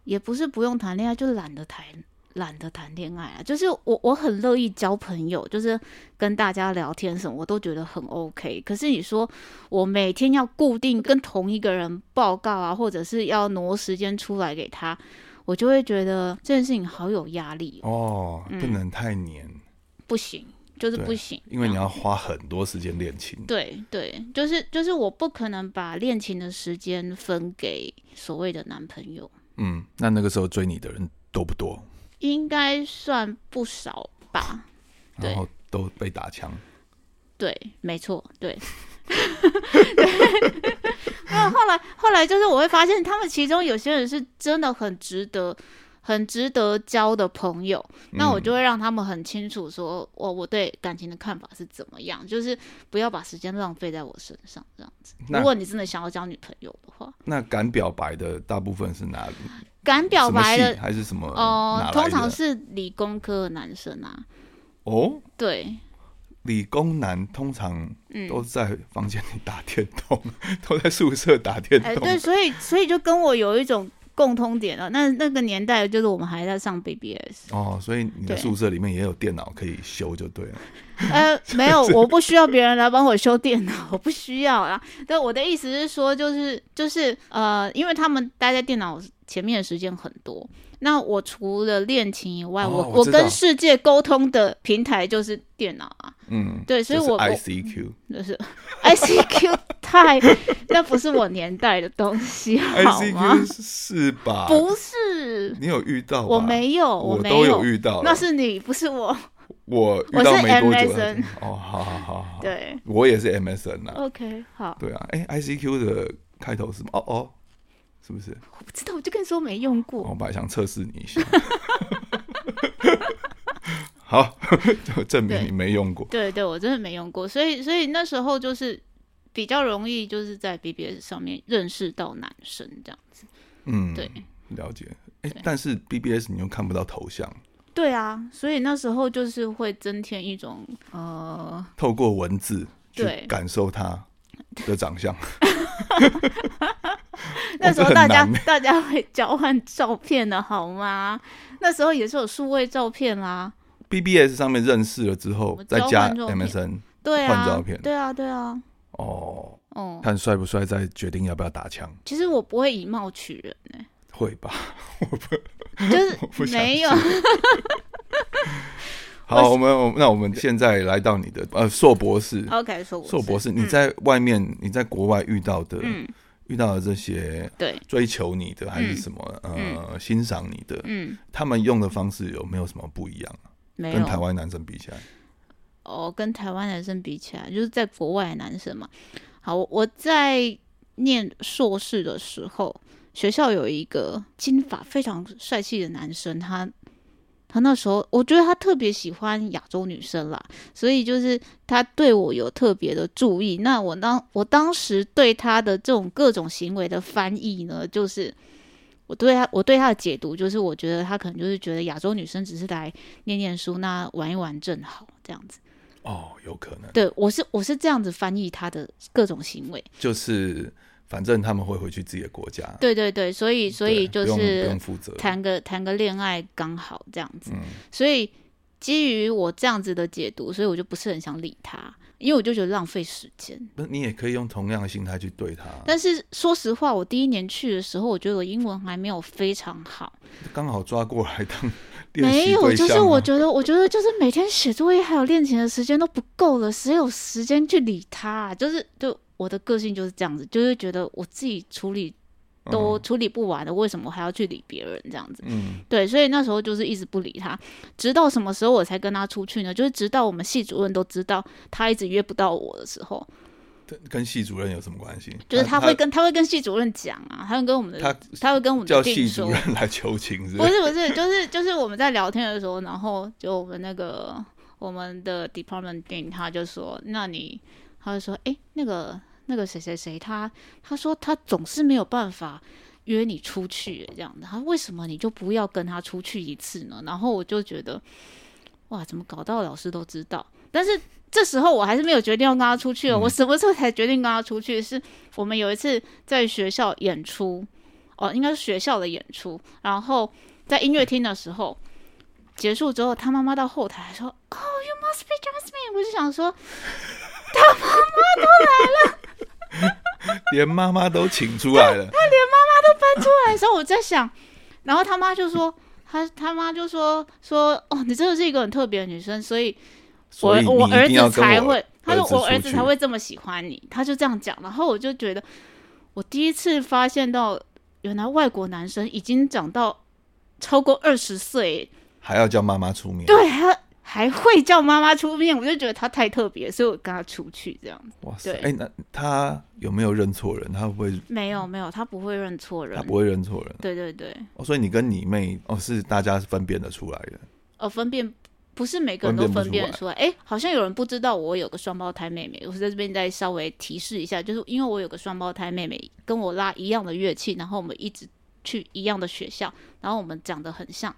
[SPEAKER 2] 也不是不用谈恋爱，就懒得谈，懒得谈恋爱啊。就是我我很乐意交朋友，就是跟大家聊天什么，我都觉得很 OK。可是你说我每天要固定跟同一个人报告啊，或者是要挪时间出来给他，我就会觉得这件事情好有压力、哦，
[SPEAKER 1] 哦，不能太黏，
[SPEAKER 2] 不行，就是
[SPEAKER 1] 对
[SPEAKER 2] 不行。
[SPEAKER 1] 因为你要花很多时间练琴。
[SPEAKER 2] 对对，就是就是我不可能把恋情的时间分给所谓的男朋友。
[SPEAKER 1] 嗯，那那个时候追你的人多不多？
[SPEAKER 2] 应该算不少吧？对
[SPEAKER 1] 然后都被打枪。
[SPEAKER 2] 对，没错，对。 *laughs* 没有，后来后来就是我会发现，他们其中有些人是真的很值得、很值得交的朋友，那我就
[SPEAKER 1] 嗯
[SPEAKER 2] 会让他们很清楚说，我我对感情的看法是怎么样，就是不要把时间浪费在我身上这样子。
[SPEAKER 1] 那
[SPEAKER 2] 如果你真的想要交女朋友的话，
[SPEAKER 1] 那敢表白的大部分是哪里？
[SPEAKER 2] 敢表白
[SPEAKER 1] 什么
[SPEAKER 2] 的
[SPEAKER 1] 系还是什么？
[SPEAKER 2] 哦、
[SPEAKER 1] 哪来的
[SPEAKER 2] 通常是理工科的男生啊，
[SPEAKER 1] 哦，
[SPEAKER 2] 对，
[SPEAKER 1] 理工男通常
[SPEAKER 2] 嗯，
[SPEAKER 1] 都在房间里打电动， *laughs* 都在宿舍打电
[SPEAKER 2] 哎，
[SPEAKER 1] 动。
[SPEAKER 2] 对，所以所以就跟我有一种共通点了。那那个年代就是我们还在
[SPEAKER 1] *laughs*
[SPEAKER 2] 上 BBS，
[SPEAKER 1] 哦，所以你的
[SPEAKER 2] 对
[SPEAKER 1] 宿舍里面也有电脑可以修就对了。
[SPEAKER 2] 呃，没有，我不需要别人来帮我修电脑，我不需要 *laughs* 啦。但我的意思是说，就是就是呃，因为他们待在电脑前面的时间很多。那我除了恋情以外，
[SPEAKER 1] 哦
[SPEAKER 2] 我
[SPEAKER 1] 我知道
[SPEAKER 2] 跟世界沟通的平台就是电脑啊。
[SPEAKER 1] 嗯，
[SPEAKER 2] 对，所以我
[SPEAKER 1] 就是
[SPEAKER 2] 我
[SPEAKER 1] ICQ
[SPEAKER 2] 就是 ICQ 太， *laughs* 那不是我年代的东西，嗯好吗
[SPEAKER 1] ICQ 是吧？
[SPEAKER 2] 不是，
[SPEAKER 1] 你有遇到吧？
[SPEAKER 2] 我没有，
[SPEAKER 1] 我
[SPEAKER 2] 没
[SPEAKER 1] 都有遇到了，哦
[SPEAKER 2] 那是你，不是我。
[SPEAKER 1] 我遇到没多久
[SPEAKER 2] 我是 MSN
[SPEAKER 1] 哦，好好好好，
[SPEAKER 2] 对
[SPEAKER 1] 我也是 MSN 啊，
[SPEAKER 2] ，OK，好，
[SPEAKER 1] 对啊，哎、i c q 的开头是什么哦哦，是不是？
[SPEAKER 2] 我不知道，我就跟你说没用过。
[SPEAKER 1] 我本来哦想测试你一下， *laughs* 好， *laughs* 就证明
[SPEAKER 2] 对
[SPEAKER 1] 你没用过。
[SPEAKER 2] 对对，我真的没用过，所以所以那时候就是比较容易就是在 BBS 上面认识到男生这样。
[SPEAKER 1] 嗯，
[SPEAKER 2] 对，
[SPEAKER 1] 了解。哎、
[SPEAKER 2] 对
[SPEAKER 1] 但是 BBS 你又看不到头像，
[SPEAKER 2] 对啊，所以那时候就是会增添一种呃，
[SPEAKER 1] 透过文字去
[SPEAKER 2] 对
[SPEAKER 1] 感受他的长相。
[SPEAKER 2] 那时候
[SPEAKER 1] 这很
[SPEAKER 2] 大家
[SPEAKER 1] 难欸
[SPEAKER 2] *laughs* 大家会交换照片的好吗？那时候也是有数位照片啊啦，
[SPEAKER 1] BBS 上面认识了之后
[SPEAKER 2] 我，
[SPEAKER 1] 再
[SPEAKER 2] 交
[SPEAKER 1] 加
[SPEAKER 2] 换照片
[SPEAKER 1] MSN
[SPEAKER 2] 对
[SPEAKER 1] 换照
[SPEAKER 2] 啊
[SPEAKER 1] 片，
[SPEAKER 2] 对啊，对啊，
[SPEAKER 1] 哦，
[SPEAKER 2] 哦、
[SPEAKER 1] 看帅不帅，再决定要不要打枪，
[SPEAKER 2] 其实我不会以貌取人欸
[SPEAKER 1] 会吧？ *laughs* 我不
[SPEAKER 2] 就是
[SPEAKER 1] 相
[SPEAKER 2] 没有，
[SPEAKER 1] 好，我们我们那我们现在来到你的呃硕博士，
[SPEAKER 2] OK，硕博士，
[SPEAKER 1] 硕博士，你在外面、你在国外遇到的、
[SPEAKER 2] 嗯，
[SPEAKER 1] 遇到的这些
[SPEAKER 2] 对，
[SPEAKER 1] 追求你的还是什么、呃欣赏你的，
[SPEAKER 2] 嗯，
[SPEAKER 1] 他们用的方式有没有什么不一样？
[SPEAKER 2] 没
[SPEAKER 1] 跟
[SPEAKER 2] 有
[SPEAKER 1] 台湾男生比起来，
[SPEAKER 2] 哦，跟台湾男生比起来，就是在国外的男生嘛。好，我我在念硕士的时候，学校有一个金发非常帅气的男生，他他那时候我觉得他特别喜欢亚洲女生啦，所以就是他对我有特别的注意。那我当我当时对他的这种各种行为的翻译呢，就是我对他我对他的解读就是，我觉得他可能就是觉得亚洲女生只是来念念书，那玩一玩正好这样子。
[SPEAKER 1] 哦，有可能
[SPEAKER 2] 对我是我是这样子翻译他的各种行为。
[SPEAKER 1] 就是反正他们会回去自己的国家，
[SPEAKER 2] 对对对，所以所以
[SPEAKER 1] 对
[SPEAKER 2] 就
[SPEAKER 1] 不用不
[SPEAKER 2] 是
[SPEAKER 1] 用负责，
[SPEAKER 2] 谈个谈个恋爱刚好这样子。
[SPEAKER 1] 嗯
[SPEAKER 2] 所以基于我这样子的解读，所以我就不是很想理他，因为我就觉得浪费时间。
[SPEAKER 1] 不是你也可以用同样的心态去对他。
[SPEAKER 2] 但是说实话，我第一年去的时候，我觉得我英文还没有非常好，
[SPEAKER 1] 刚好抓过来当练
[SPEAKER 2] 没
[SPEAKER 1] 习
[SPEAKER 2] 有，
[SPEAKER 1] 对象、啊，
[SPEAKER 2] 就是我觉得，我觉得就是每天写作业还有练琴的时间都不够了，谁有时间去理他、啊？就是就我的个性就是这样子，就是觉得我自己处理都处理不完了，为什么还要去理别人这样子？
[SPEAKER 1] 嗯
[SPEAKER 2] 对，所以那时候就是一直不理他，直到什么时候我才跟他出去呢？就是直到我们系主任都知道他一直约不到我的时候，
[SPEAKER 1] 嗯跟系主任有什么关系？
[SPEAKER 2] 就是
[SPEAKER 1] 他
[SPEAKER 2] 他会跟他会跟系主任讲啊，他会跟我们的
[SPEAKER 1] 他
[SPEAKER 2] 他会跟我们
[SPEAKER 1] 叫
[SPEAKER 2] 的定
[SPEAKER 1] 系主
[SPEAKER 2] 说，
[SPEAKER 1] 任来求情是
[SPEAKER 2] 不
[SPEAKER 1] 不是？
[SPEAKER 2] 是不是， *laughs* 就是就是我们在聊天的时候，然后就我们那个我们的 department dean 他就说，那你他就说，诶，那个那个谁谁谁，他他说他总是没有办法约你出去这样子，他为什么你就不要跟他出去一次呢？然后我就觉得，哇，怎么搞到老师都知道？但是这时候我还是没有决定要跟他出去哦，我什么时候才决定跟他出去？是我们有一次在学校演出。哦，应该是学校的演出，然后在音乐厅的时候结束之后，他妈妈到后台还说：“哦、oh,，You must be Jasmine。”我就想说，
[SPEAKER 1] 连妈妈都请出来了，
[SPEAKER 2] 那时候我在想，然后他妈就说，他他妈就说说：“哦，你真的是一个很特别的女生，所以
[SPEAKER 1] 所以
[SPEAKER 2] 我
[SPEAKER 1] 你一
[SPEAKER 2] 儿
[SPEAKER 1] 定要
[SPEAKER 2] 子
[SPEAKER 1] 跟
[SPEAKER 2] 才会，他说我儿
[SPEAKER 1] 儿
[SPEAKER 2] 子
[SPEAKER 1] 子
[SPEAKER 2] 才会这么喜欢你。”他就这样讲，然后我就觉得，我第一次发现到，原来外国男生已经长到超过二十岁，
[SPEAKER 1] 还要叫妈妈出面。
[SPEAKER 2] 对，他还会叫妈妈出面，我就觉得他太特别，所以我跟他出去这样子。
[SPEAKER 1] 哇塞，
[SPEAKER 2] 对
[SPEAKER 1] 哎、那他有没有认错人？他会不会
[SPEAKER 2] 没有没有，他不会认错人
[SPEAKER 1] 他。不会认错人？
[SPEAKER 2] 对对对，
[SPEAKER 1] 哦，所以你跟你妹哦是大家分辨得出来的。
[SPEAKER 2] 呃，分辨不是每个人都分辨得出来。哎、好像有人不知道我有个双胞胎妹妹，我在这边再稍微提示一下，就是因为我有个双胞胎妹妹，跟我拉一样的乐器，然后我们一直去一样的学校，然后我们长得很像。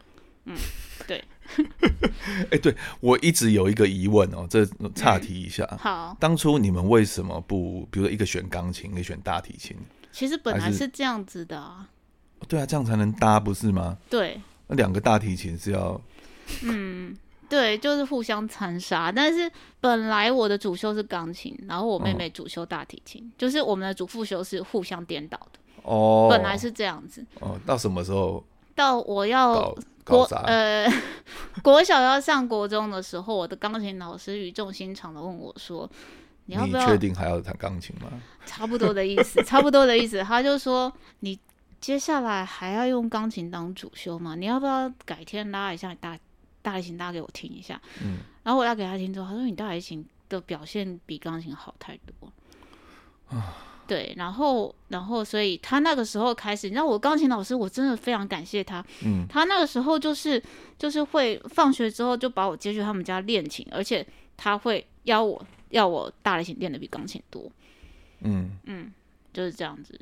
[SPEAKER 1] 哎、对我一直有一个疑问哦，这
[SPEAKER 2] 嗯
[SPEAKER 1] 岔题一下，
[SPEAKER 2] 好，
[SPEAKER 1] 当初你们为什么不，比如说一个选钢琴，一个选大提琴？
[SPEAKER 2] 其实本来
[SPEAKER 1] 还是
[SPEAKER 2] 是这样子的啊。
[SPEAKER 1] 对啊，这样才能搭，不是吗？
[SPEAKER 2] 对，
[SPEAKER 1] 那两个大提琴是要
[SPEAKER 2] 对，就是互相残杀。但是本来我的主修是钢琴，然后我
[SPEAKER 1] 嗯
[SPEAKER 2] 妹妹主修大提琴，就是我们的主副修是互相颠倒的。
[SPEAKER 1] 哦，
[SPEAKER 2] 本来是这样子，
[SPEAKER 1] 哦，到什么时候
[SPEAKER 2] 到我
[SPEAKER 1] 搞
[SPEAKER 2] 要国
[SPEAKER 1] 搞砸？
[SPEAKER 2] 呃 *laughs* 国小要上国中的时候，我的钢琴老师语重心长的问我说：“你要
[SPEAKER 1] 你
[SPEAKER 2] 不要
[SPEAKER 1] 确定还要弹钢琴吗？
[SPEAKER 2] 差不多的意思， *laughs* 差不多的意思。他就说你接下来还要用钢琴当主修吗？你要不要改天拉一下你大大提琴拉给我听一下？
[SPEAKER 1] 嗯，
[SPEAKER 2] 然后我拉给他听之后，他说你大提琴的表现比钢琴好太多。
[SPEAKER 1] 啊
[SPEAKER 2] 对，然后，然后，所以他那个时候开始，你知道，我钢琴老师，我真的非常感谢他，
[SPEAKER 1] 嗯，
[SPEAKER 2] 他那个时候就是就是会放学之后就把我接去他们家练琴，而且他会邀我要我大提琴练的比钢琴多，
[SPEAKER 1] 嗯，
[SPEAKER 2] 就是这样子。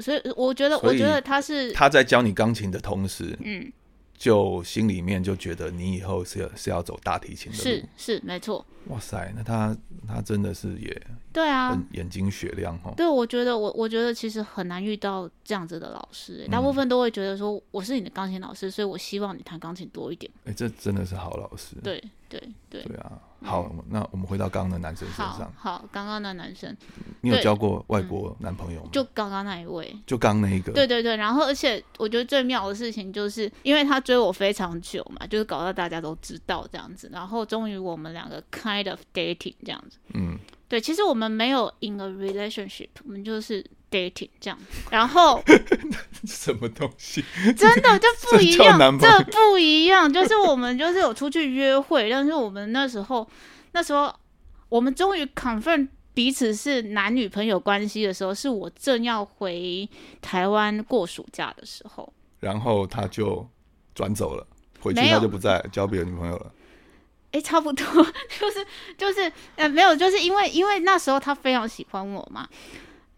[SPEAKER 2] 所以我觉得，
[SPEAKER 1] 所
[SPEAKER 2] 我
[SPEAKER 1] 以
[SPEAKER 2] 觉得他是
[SPEAKER 1] 他在教你钢琴的同时，
[SPEAKER 2] 嗯，
[SPEAKER 1] 就心里面就觉得你以后是要是要走大提琴的
[SPEAKER 2] 是
[SPEAKER 1] 路。
[SPEAKER 2] 是没错，
[SPEAKER 1] 哇塞，那他他真的是也
[SPEAKER 2] 对啊，
[SPEAKER 1] 很眼睛雪亮哦。
[SPEAKER 2] 对，我觉得我我觉得其实很难遇到这样子的老师、欸大
[SPEAKER 1] 嗯
[SPEAKER 2] 部分都会觉得说我是你的钢琴老师，所以我希望你弹钢琴多一点。
[SPEAKER 1] 哎、这真的是好老师。
[SPEAKER 2] 对对对，
[SPEAKER 1] 对啊，好，那我们回到刚刚的男生身
[SPEAKER 2] 好
[SPEAKER 1] 上，
[SPEAKER 2] 好，刚刚那男生
[SPEAKER 1] 嗯你有
[SPEAKER 2] 对
[SPEAKER 1] 交过外国男朋友吗？
[SPEAKER 2] 就刚刚那一位，
[SPEAKER 1] 就刚那一个，
[SPEAKER 2] 对对对，然后而且我觉得最妙的事情就是，因为他追我非常久嘛，就是搞到大家都知道这样子，然后终于我们两个 kind of dating 这样子。
[SPEAKER 1] 嗯，
[SPEAKER 2] 对，其实我们没有 in a relationship，我们就是 dating 这样。 *laughs* 然后
[SPEAKER 1] 什么东西？ *laughs*
[SPEAKER 2] 真的就不一
[SPEAKER 1] 这叫男
[SPEAKER 2] 样，
[SPEAKER 1] 朋友
[SPEAKER 2] 这不一样，就是我们就是有出去约会，但是我们那时候那时候我们终于 confirm 彼此是男女朋友关系的时候，是我正要回台湾过暑假的时候。
[SPEAKER 1] 然后他就转走了。回去
[SPEAKER 2] 没有
[SPEAKER 1] 他就不在，交别的女朋友了。
[SPEAKER 2] 哎、差不多， *laughs* 就是就是呃，没有，就是因为因为那时候他非常喜欢我嘛。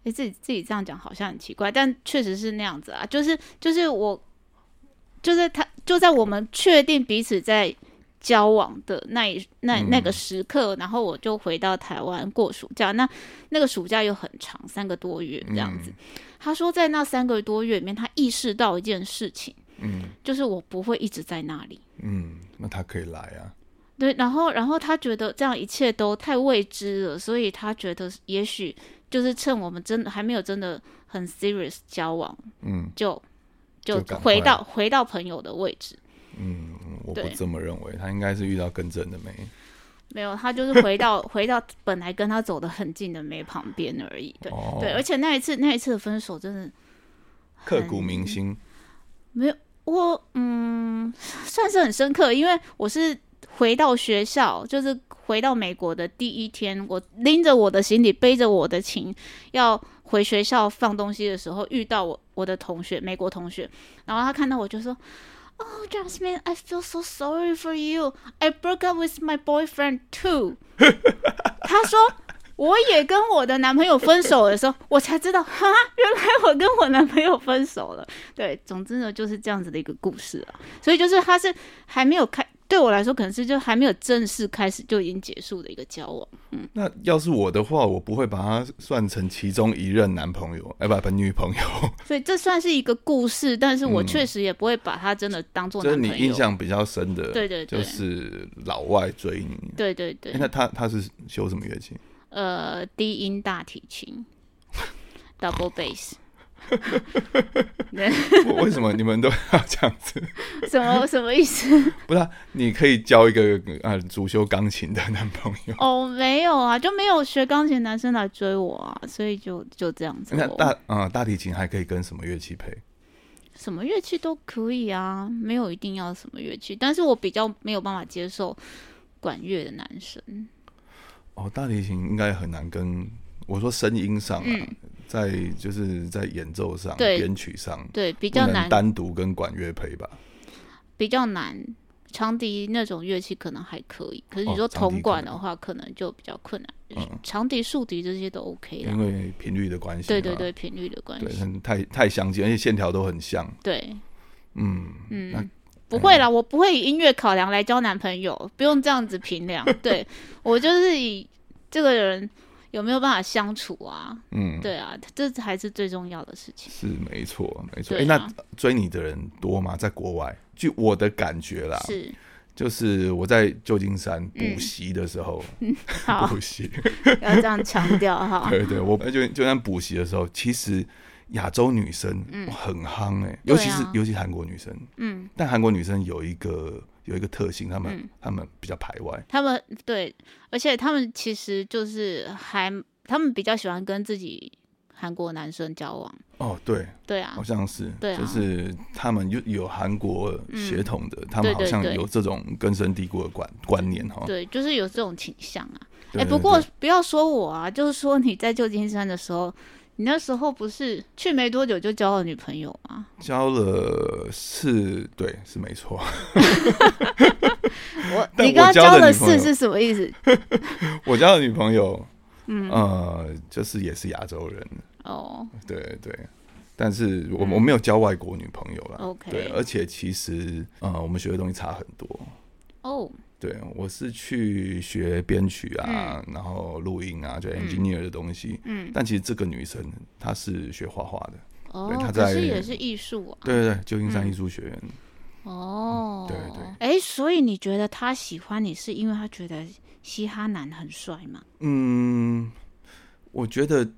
[SPEAKER 2] 哎、自己自己这样讲好像很奇怪，但确实是那样子啊。就是就是我，就是他，就在我们确定彼此在交往的那一那那个时刻，然后我就回到台湾过暑假。那那个暑假又很长，三个多月这样子。他说，在那三个多月里面，他意识到一件事情，
[SPEAKER 1] 嗯
[SPEAKER 2] 就是我不会一直在那里。
[SPEAKER 1] 嗯，那他可以来啊。
[SPEAKER 2] 对，然后然后他觉得这样一切都太未知了，所以他觉得也许就是趁我们真的还没有真的很 serious 交往，
[SPEAKER 1] 嗯
[SPEAKER 2] 就
[SPEAKER 1] 就
[SPEAKER 2] 就
[SPEAKER 1] 赶
[SPEAKER 2] 回
[SPEAKER 1] 快
[SPEAKER 2] 到回到朋友的位置。
[SPEAKER 1] 嗯，嗯我不
[SPEAKER 2] 对
[SPEAKER 1] 这么认为，他应该是遇到更正的妹。
[SPEAKER 2] 没有，他就是
[SPEAKER 1] *laughs*
[SPEAKER 2] 回到回到本来跟他走得很近的梅旁边而已。对、
[SPEAKER 1] 哦，
[SPEAKER 2] 对，而且那一次那一次的分手真的
[SPEAKER 1] 刻骨铭心。
[SPEAKER 2] 没有我嗯 *laughs* 算是很深刻，因为我是回到学校，就是回到美国的第一天，我拎着我的行李，背着我的琴，要回学校放东西的时候，遇到我我的同学，美国同学，然后他看到我就说。Oh, Jasmine, I feel so sorry for you. I broke up with my boyfriend too. 他说，我也跟我的男朋友分手的时候，我才知道，哈，原来我跟我男朋友分手了。对，总之呢，就是这样子的一个故事啊。所以就是他是还没有开，对我来说可能是就还没有正式开始就已经结束的一个交往。
[SPEAKER 1] 那要是我的话，我不会把他算成其中一任男朋友，哎、不不，女朋
[SPEAKER 2] *laughs*
[SPEAKER 1] 友。
[SPEAKER 2] 所以这算是一个故事，但是我确实也不会把他真的当做
[SPEAKER 1] 嗯就是
[SPEAKER 2] 男
[SPEAKER 1] 你
[SPEAKER 2] 朋
[SPEAKER 1] 印
[SPEAKER 2] 友。
[SPEAKER 1] 象比较深的，
[SPEAKER 2] 对对对
[SPEAKER 1] 就是老外追你。
[SPEAKER 2] 对对对
[SPEAKER 1] 哎，那他他是修什么乐器？ *laughs*
[SPEAKER 2] 呃，低音大提琴，double bass， *laughs*
[SPEAKER 1] 为为什么你们都要这样子？ *laughs*
[SPEAKER 2] 什么什么意思？
[SPEAKER 1] 不是、啊，你可以交一个呃主修钢琴的男朋
[SPEAKER 2] *laughs*
[SPEAKER 1] 友。
[SPEAKER 2] 哦，没有啊，就没有学钢琴的男生来追我啊，所以就就这样子
[SPEAKER 1] 那
[SPEAKER 2] 咯。
[SPEAKER 1] 大啊、大提琴还可以跟什么乐器配？
[SPEAKER 2] 什么乐器都可以啊，没有一定要什么乐器。但是我比较没有办法接受管乐的男生，
[SPEAKER 1] 哦，大提琴应该很难跟我说声音上啊，在就是在演奏上、
[SPEAKER 2] 嗯对
[SPEAKER 1] 编曲上，
[SPEAKER 2] 对，比
[SPEAKER 1] 比
[SPEAKER 2] 较难，
[SPEAKER 1] 单独跟管乐配吧。
[SPEAKER 2] 比较难。长笛那种乐器可能还可以，可是
[SPEAKER 1] 哦
[SPEAKER 2] 你说
[SPEAKER 1] 长笛
[SPEAKER 2] 铜管
[SPEAKER 1] 可能
[SPEAKER 2] 的话，可能就比较困难。
[SPEAKER 1] 嗯
[SPEAKER 2] 长笛、竖笛这些都 OK 啦
[SPEAKER 1] 因，为频率的关系。
[SPEAKER 2] 对对，对，频率的关
[SPEAKER 1] 对，
[SPEAKER 2] 系，
[SPEAKER 1] 很太太相近，而且线条都很像。
[SPEAKER 2] 对，
[SPEAKER 1] 嗯，那
[SPEAKER 2] 嗯，不会啦，我不会以音乐考量来交男朋友，不用这样子
[SPEAKER 1] *laughs*
[SPEAKER 2] 评量。对我就是以这个人有没有办法相处啊，
[SPEAKER 1] 嗯，
[SPEAKER 2] 对啊，这才是最重要的事情。
[SPEAKER 1] 是没错，没错。哎、
[SPEAKER 2] 对啊
[SPEAKER 1] 那追你的人多吗？在国外？据我的感觉啦，
[SPEAKER 2] 是，
[SPEAKER 1] 就是我在旧金山
[SPEAKER 2] 嗯
[SPEAKER 1] 补习的时候，
[SPEAKER 2] *laughs* 好，
[SPEAKER 1] *laughs* 补习，
[SPEAKER 2] 要这样强调哈。
[SPEAKER 1] *laughs* 对对，
[SPEAKER 2] *laughs*
[SPEAKER 1] 我在旧旧金山补习的时候，其实亚洲女生很夯哎、尤其是、
[SPEAKER 2] 嗯对啊
[SPEAKER 1] 尤其韩国女生，
[SPEAKER 2] 嗯，
[SPEAKER 1] 但韩国女生有一个有一个特性，她们、
[SPEAKER 2] 嗯
[SPEAKER 1] 她们比较排外，
[SPEAKER 2] 他们对，而且他们其实就是还，他们比较喜欢跟自己韩国男生交往。
[SPEAKER 1] 哦，对，
[SPEAKER 2] 对啊
[SPEAKER 1] 好，像是，
[SPEAKER 2] 对啊
[SPEAKER 1] 就是他们有有韩国血统的，他们
[SPEAKER 2] 对对
[SPEAKER 1] 好像
[SPEAKER 2] 嗯对
[SPEAKER 1] 有这种根深蒂固的观观念哈。
[SPEAKER 2] 对，就是有这种倾向啊。
[SPEAKER 1] 对
[SPEAKER 2] 哎、不
[SPEAKER 1] 对
[SPEAKER 2] 过
[SPEAKER 1] 对
[SPEAKER 2] 不要说我啊，就是说你在旧金山的时候，你那时候不是去没多久就交了女朋友吗？
[SPEAKER 1] 交了是，对，是没错。 *laughs*
[SPEAKER 2] 我
[SPEAKER 1] 但
[SPEAKER 2] 你刚
[SPEAKER 1] 我
[SPEAKER 2] 刚
[SPEAKER 1] 交
[SPEAKER 2] 交
[SPEAKER 1] 的
[SPEAKER 2] 了
[SPEAKER 1] 女朋友
[SPEAKER 2] 四是什么意思？
[SPEAKER 1] 我交的女朋友，嗯，呃，就是也是亚洲人，
[SPEAKER 2] 哦，
[SPEAKER 1] 对对。但是我我没有交外国女朋友啦
[SPEAKER 2] 嗯 OK
[SPEAKER 1] 对，而且其实呃，我们学的东西差很多。
[SPEAKER 2] 哦，
[SPEAKER 1] 对，我是去学编曲啊，然后录音啊，就 engineer 的东西。
[SPEAKER 2] 嗯，
[SPEAKER 1] 但其实这个女生她是学画画的，对
[SPEAKER 2] 哦
[SPEAKER 1] 他，
[SPEAKER 2] 可
[SPEAKER 1] 在
[SPEAKER 2] 是也是艺术啊。
[SPEAKER 1] 对对对，旧金山艺术学院。
[SPEAKER 2] 哦，
[SPEAKER 1] 嗯对对
[SPEAKER 2] 哎、所以你觉得他喜欢你是因为他觉得嘻哈男很帅吗？
[SPEAKER 1] 嗯，我觉得，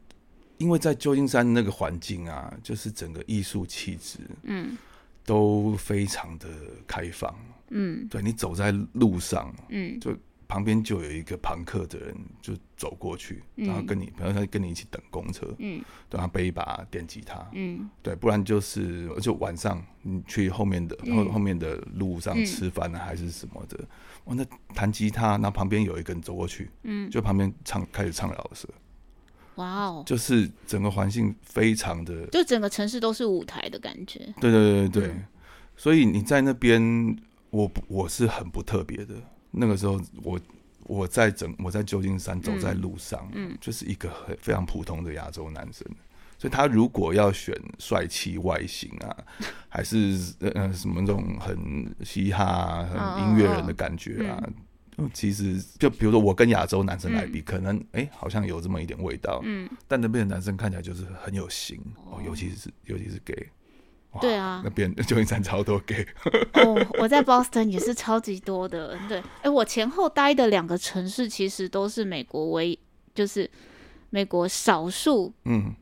[SPEAKER 1] 因为在旧金山那个环境啊，就是整个艺术气质
[SPEAKER 2] 嗯
[SPEAKER 1] 都非常的开放。
[SPEAKER 2] 嗯
[SPEAKER 1] 对你走在路上，
[SPEAKER 2] 嗯
[SPEAKER 1] 旁边就有一个朋克的人就走过去，
[SPEAKER 2] 嗯
[SPEAKER 1] 然后跟你，比如说跟你一起等公车，
[SPEAKER 2] 嗯
[SPEAKER 1] 对，他背一把电吉他，
[SPEAKER 2] 嗯
[SPEAKER 1] 对，不然就是就晚上你去后面的后
[SPEAKER 2] 嗯
[SPEAKER 1] 后面的路上
[SPEAKER 2] 嗯
[SPEAKER 1] 吃饭啊，还是什么的，哇，那弹吉他，然后旁边有一个人走过去，
[SPEAKER 2] 嗯，
[SPEAKER 1] 就旁边唱开始唱饶舌，
[SPEAKER 2] 哇哦，
[SPEAKER 1] 就是整个环境非常的，
[SPEAKER 2] 就整个城市都是舞台的感觉。
[SPEAKER 1] 嗯对对对对对，所以你在那边我不我是很不特别的。那个时候我我在整我在旧金山走在路上，嗯，就是一个很非常普通的亚洲男生。所以他如果要选帅气外形 *laughs* 啊，还是呃呃什么那种很嘻哈、啊、很音乐人的感觉啊，嗯其实就比如说我跟亚洲男生来比，可能哎、诶好像有这么一点味道，
[SPEAKER 2] 嗯，
[SPEAKER 1] 但那边的男生看起来就是很有型哦，尤其是尤其是 gay，哇
[SPEAKER 2] 对啊
[SPEAKER 1] 那边 *laughs* 旧金山超多 gay，
[SPEAKER 2] 哦，我在 Boston 也是超级多的。对，哎、我前后待的两个城市其实都是美国唯，就是美国少数
[SPEAKER 1] 嗯，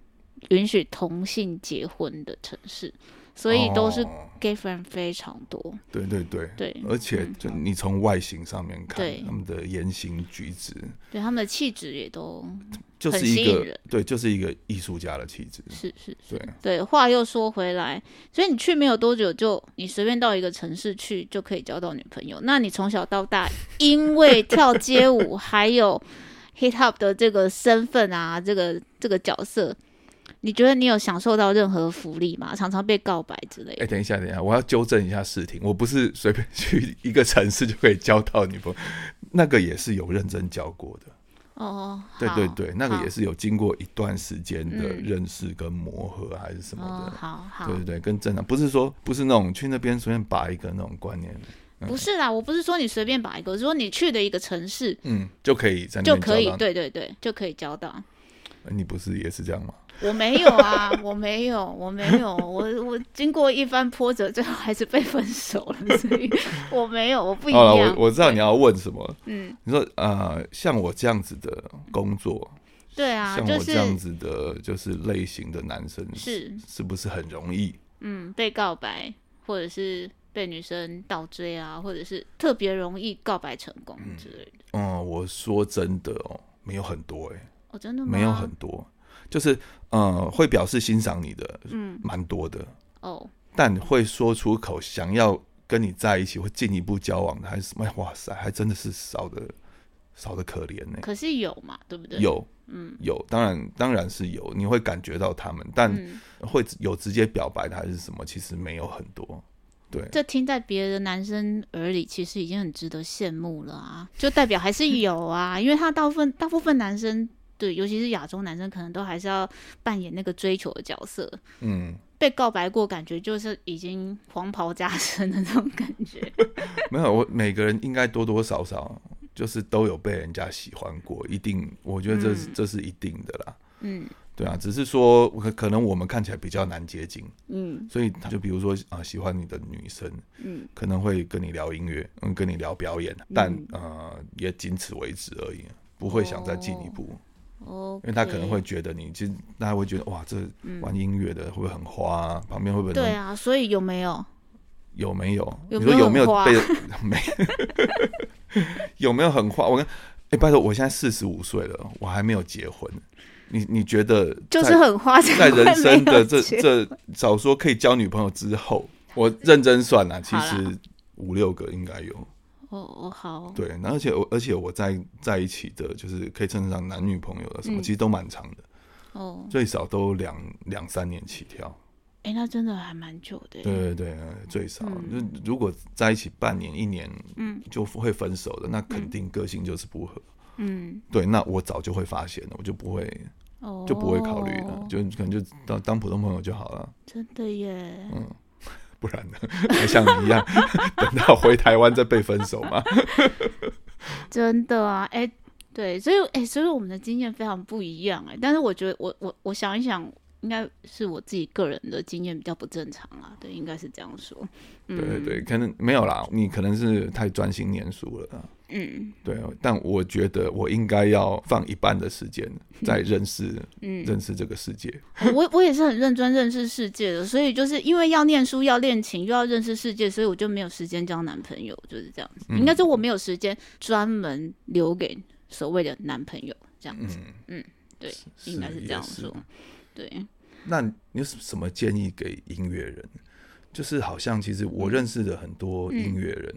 [SPEAKER 2] 允许同性结婚的城市， *laughs* 所以都是
[SPEAKER 1] 哦
[SPEAKER 2] gay friend 非常多。
[SPEAKER 1] 对对对。
[SPEAKER 2] 对，
[SPEAKER 1] 而且，就你从外形上面
[SPEAKER 2] 嗯对
[SPEAKER 1] 看，他们的言行举止，
[SPEAKER 2] 对他们的气质也都
[SPEAKER 1] 就是
[SPEAKER 2] 很吸
[SPEAKER 1] 一
[SPEAKER 2] 引
[SPEAKER 1] 个
[SPEAKER 2] 人
[SPEAKER 1] 对，就是一个艺术家的气质。
[SPEAKER 2] 是是是。
[SPEAKER 1] 对，
[SPEAKER 2] 对，话又说回来，所以你去没有多久就，你随便到一个城市去就可以交到女朋友。那你从小到大，因为跳街舞还有 hip hop 的这个身份啊，这个这个角色，你觉得你有享受到任何福利吗？常常被告白之类
[SPEAKER 1] 哎、
[SPEAKER 2] 的？
[SPEAKER 1] 等一下，等一下，我要纠正一下视听，我不是随便去一个城市就可以交到女朋友，那个也是有认真交过的。
[SPEAKER 2] 哦，
[SPEAKER 1] 对
[SPEAKER 2] 好
[SPEAKER 1] 对对，那个也
[SPEAKER 2] 好
[SPEAKER 1] 是有经过一段时间的
[SPEAKER 2] 嗯
[SPEAKER 1] 认识跟磨合还是什么
[SPEAKER 2] 哦，
[SPEAKER 1] 的。
[SPEAKER 2] 好好
[SPEAKER 1] 对对对，跟正常不是说不是那种去那边随便拔一个那种观念，
[SPEAKER 2] 不是啦，我不是说你随便把一个，我是说你去的一个城市
[SPEAKER 1] 嗯，就可以在那
[SPEAKER 2] 就
[SPEAKER 1] 边
[SPEAKER 2] 可以
[SPEAKER 1] 交，到。
[SPEAKER 2] 对对对，就可以交到。
[SPEAKER 1] 你不是也是这样吗？
[SPEAKER 2] 我没有啊， *laughs* 我没有，我没有，我我经过一番波折，最后还是被分手了，所以我没有，我不一
[SPEAKER 1] 好了，
[SPEAKER 2] 样。
[SPEAKER 1] 我我知道你要问什么。
[SPEAKER 2] 嗯，
[SPEAKER 1] 你说呃，像我这样子的工作，
[SPEAKER 2] 对啊，
[SPEAKER 1] 像
[SPEAKER 2] 就
[SPEAKER 1] 我这样
[SPEAKER 2] 是
[SPEAKER 1] 子的，就是类型的男生
[SPEAKER 2] 是
[SPEAKER 1] 是不是很容易？
[SPEAKER 2] 嗯，被告白或者是被女生倒追啊，或者是特别容易告白成功之类的。
[SPEAKER 1] 嗯，我说真的哦，没有很多哎、
[SPEAKER 2] 哦，真的吗？
[SPEAKER 1] 没有很多，就是呃，会表示欣赏你的，
[SPEAKER 2] 嗯，
[SPEAKER 1] 蛮多的，
[SPEAKER 2] 哦，
[SPEAKER 1] 但会说出口想要跟你在一起或进一步交往的，还是什么？哇塞，还真的是少的少的可怜呢、欸
[SPEAKER 2] 可是有嘛，对不对？，
[SPEAKER 1] 有
[SPEAKER 2] 嗯
[SPEAKER 1] 有，当然当然是有，你会感觉到他们，但
[SPEAKER 2] 嗯，
[SPEAKER 1] 会有直接表白的还是什么，其实没有很多。对，
[SPEAKER 2] 这听在别的男生耳里，其实已经很值得羡慕了啊，就代表还是有啊， *laughs* 因为他大部分大部分男生，对，尤其是亚洲男生，可能都还是要扮演那个追求的角色，
[SPEAKER 1] 嗯，
[SPEAKER 2] 被告白过，感觉就是已经黄袍加身的 *laughs* 那种感觉。
[SPEAKER 1] 没有，我每个人应该多多少少就是都有被人家喜欢过，一定，我觉得这是、这是一定的啦。
[SPEAKER 2] 嗯
[SPEAKER 1] 对啊，只是说可可能我们看起来比较难接近，
[SPEAKER 2] 嗯
[SPEAKER 1] 所以他就比如说啊、呃喜欢你的女生
[SPEAKER 2] 嗯，
[SPEAKER 1] 可能会跟你聊音乐，嗯，跟你聊表演，但、
[SPEAKER 2] 嗯
[SPEAKER 1] 呃也仅此为止而已，不会想再进一步，
[SPEAKER 2] 哦，
[SPEAKER 1] 因为他可能会觉得你其实大家会觉得哇，这玩音乐的会不会很花、啊？旁边会不会
[SPEAKER 2] 嗯对啊，所以有没有？
[SPEAKER 1] 有没有？
[SPEAKER 2] 有
[SPEAKER 1] 你
[SPEAKER 2] 没有
[SPEAKER 1] 说有没有
[SPEAKER 2] 很花
[SPEAKER 1] 被 *laughs* 没有没有很花？我跟哎、拜托，我现在四十五岁了，我还没有结婚。你你觉得
[SPEAKER 2] 就
[SPEAKER 1] 在
[SPEAKER 2] 是很花钱，
[SPEAKER 1] 在人生的这
[SPEAKER 2] 会没有钱
[SPEAKER 1] 这少说可以交女朋友之后，我认真算了、其
[SPEAKER 2] 好啦
[SPEAKER 1] 实五六个应该有。
[SPEAKER 2] 哦哦好，
[SPEAKER 1] 对，那而且我而且我在在一起的，就是可以称得上男女朋友的什么，
[SPEAKER 2] 嗯
[SPEAKER 1] 其实都蛮长的，
[SPEAKER 2] 哦，
[SPEAKER 1] 最少都两两三年起跳。
[SPEAKER 2] 哎，那真的还蛮久的。
[SPEAKER 1] 对，对对，呃最少、
[SPEAKER 2] 嗯
[SPEAKER 1] 就如果在一起半年一年
[SPEAKER 2] 嗯
[SPEAKER 1] 就会分手的，那肯定个性就是不合。
[SPEAKER 2] 嗯，
[SPEAKER 1] 对，那我早就会发现了，我就不会
[SPEAKER 2] 哦，
[SPEAKER 1] 就不会考虑了，就可能就当当普通朋友就好了。
[SPEAKER 2] 真的耶。
[SPEAKER 1] 哦不然呢？ *laughs* 还像你一样， *laughs* 等到回台湾再被分手吗？
[SPEAKER 2] 真的啊，哎、对，所以哎、所以我们的经验非常不一样哎、但是我觉得我我我想一想，应该是我自己个人的经验比较不正常啊，对，应该是这样说。嗯、
[SPEAKER 1] 对对，对，可能没有啦，你可能是太专心念书了啊。
[SPEAKER 2] 嗯
[SPEAKER 1] 对，但我觉得我应该要放一半的时
[SPEAKER 2] *laughs*
[SPEAKER 1] 间在认识、
[SPEAKER 2] 嗯，
[SPEAKER 1] 认识这个世界。
[SPEAKER 2] 我我也是很认真认识世界的，所以就是因为要念书、要练琴、又要认识世界，所以我就没有时间交男朋友，就是这样子。
[SPEAKER 1] 嗯
[SPEAKER 2] 应该说我没有时间专门留给所谓的男朋友这样子，
[SPEAKER 1] 嗯，
[SPEAKER 2] 对，
[SPEAKER 1] 是
[SPEAKER 2] 应该是这样
[SPEAKER 1] 也是
[SPEAKER 2] 说。对，
[SPEAKER 1] 那你有什么建议给音乐人？就是好像其实
[SPEAKER 2] 嗯
[SPEAKER 1] 我认识的很多音乐人，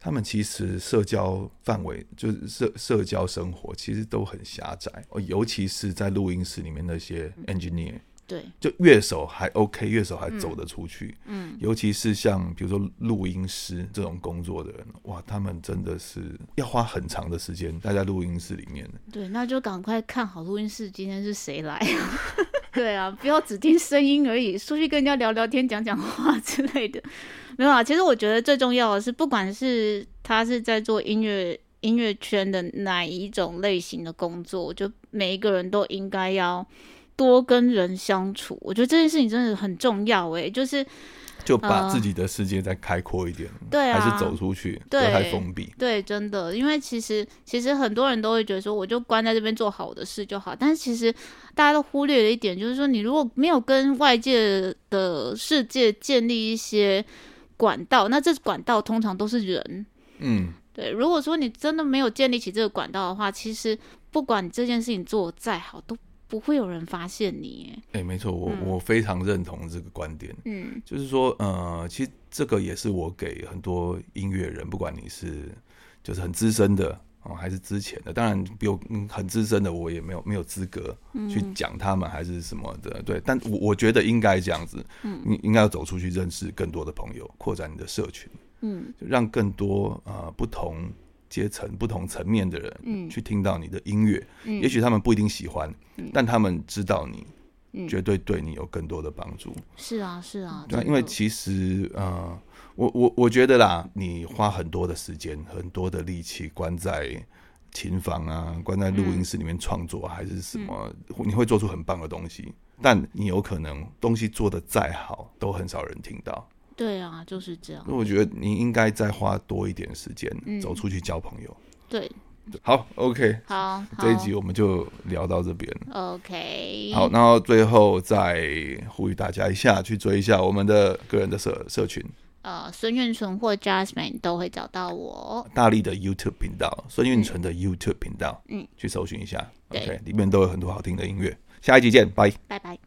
[SPEAKER 1] 他们其实社交范围就是社社
[SPEAKER 2] 嗯
[SPEAKER 1] 交生活其实都很狭窄，哦尤其是在录音室里面那些 engineer，
[SPEAKER 2] 对，
[SPEAKER 1] 就乐手还 OK，乐手还走得出去。
[SPEAKER 2] 嗯，
[SPEAKER 1] 尤其是像比如说录音师这种工作的人，哇，他们真的是要花很长的时间待在录音室里面。
[SPEAKER 2] 对，那就赶快看好录音室今天是谁来、 *laughs* 啊。对啊，不要只听声音而已，出去跟人家聊聊天、讲讲话之类的。没有啊，其实我觉得最重要的是，不管是他是在做音乐音乐圈的哪一种类型的工作，我觉得每一个人都应该要多跟人相处。我觉得这件事情真的很重要诶、就是
[SPEAKER 1] 就
[SPEAKER 2] 嗯
[SPEAKER 1] 把自己的世界再开阔一点，
[SPEAKER 2] 对啊，
[SPEAKER 1] 还是走出去，不
[SPEAKER 2] 对
[SPEAKER 1] 要太封闭。
[SPEAKER 2] 对，真的，因为其实其实很多人都会觉得说，我就关在这边做好我的事就好。但是其实大家都忽略了一点，就是说你如果没有跟外界的世界建立一些管道，那这管道通常都是人。
[SPEAKER 1] 嗯，
[SPEAKER 2] 对，如果说你真的没有建立起这个管道的话，其实不管你这件事情做得再好，都不会有人发现你耶。
[SPEAKER 1] 哎、没错，我、
[SPEAKER 2] 嗯
[SPEAKER 1] 我非常认同这个观点。
[SPEAKER 2] 嗯
[SPEAKER 1] 就是说，呃，其实这个也是我给很多音乐人，不管你是就是很资深的哦，还是之前的，当然比我、嗯、很资深的，我也没有没有资格
[SPEAKER 2] 嗯
[SPEAKER 1] 去讲他们还是什么的，对。但我我觉得应该这样子，
[SPEAKER 2] 嗯
[SPEAKER 1] 你应该要走出去认识更多的朋友，扩展你的社群，
[SPEAKER 2] 嗯
[SPEAKER 1] 就让更多呃不同阶层、不同层面的人
[SPEAKER 2] 嗯
[SPEAKER 1] 去听到你的音乐，
[SPEAKER 2] 嗯，
[SPEAKER 1] 也许他们不一定喜欢，
[SPEAKER 2] 嗯
[SPEAKER 1] 但他们知道你。
[SPEAKER 2] 嗯
[SPEAKER 1] 绝对对你有更多的帮助。
[SPEAKER 2] 是啊是啊，
[SPEAKER 1] 对啊，
[SPEAKER 2] 真
[SPEAKER 1] 因为
[SPEAKER 2] 的
[SPEAKER 1] 其实呃，我我我觉得啦，你花很多的时间、很多的力气关在琴房啊，关在录音室里面创作、啊还是什么，
[SPEAKER 2] 嗯
[SPEAKER 1] 你会做出很棒的东西，但你有可能东西做的再好，都很少人听到。
[SPEAKER 2] 对啊，就是这样
[SPEAKER 1] 所。以我觉得你应该再花多一点时间、
[SPEAKER 2] 嗯
[SPEAKER 1] 走出去交朋友。
[SPEAKER 2] 对，
[SPEAKER 1] 好，OK，
[SPEAKER 2] 好，好
[SPEAKER 1] 这一集我们就聊到这边。
[SPEAKER 2] OK，
[SPEAKER 1] 好，然后最后再呼吁大家一下，去追一下我们的个人的社社群。
[SPEAKER 2] 呃，孙运纯或 Jasmine 都会找到我。哦
[SPEAKER 1] 大力的 YouTube 频道，孙运纯的 YouTube 频道，
[SPEAKER 2] 嗯，
[SPEAKER 1] 去搜寻一下
[SPEAKER 2] 对
[SPEAKER 1] ，OK，里面都有很多好听的音乐。下一集见，拜。
[SPEAKER 2] 拜拜。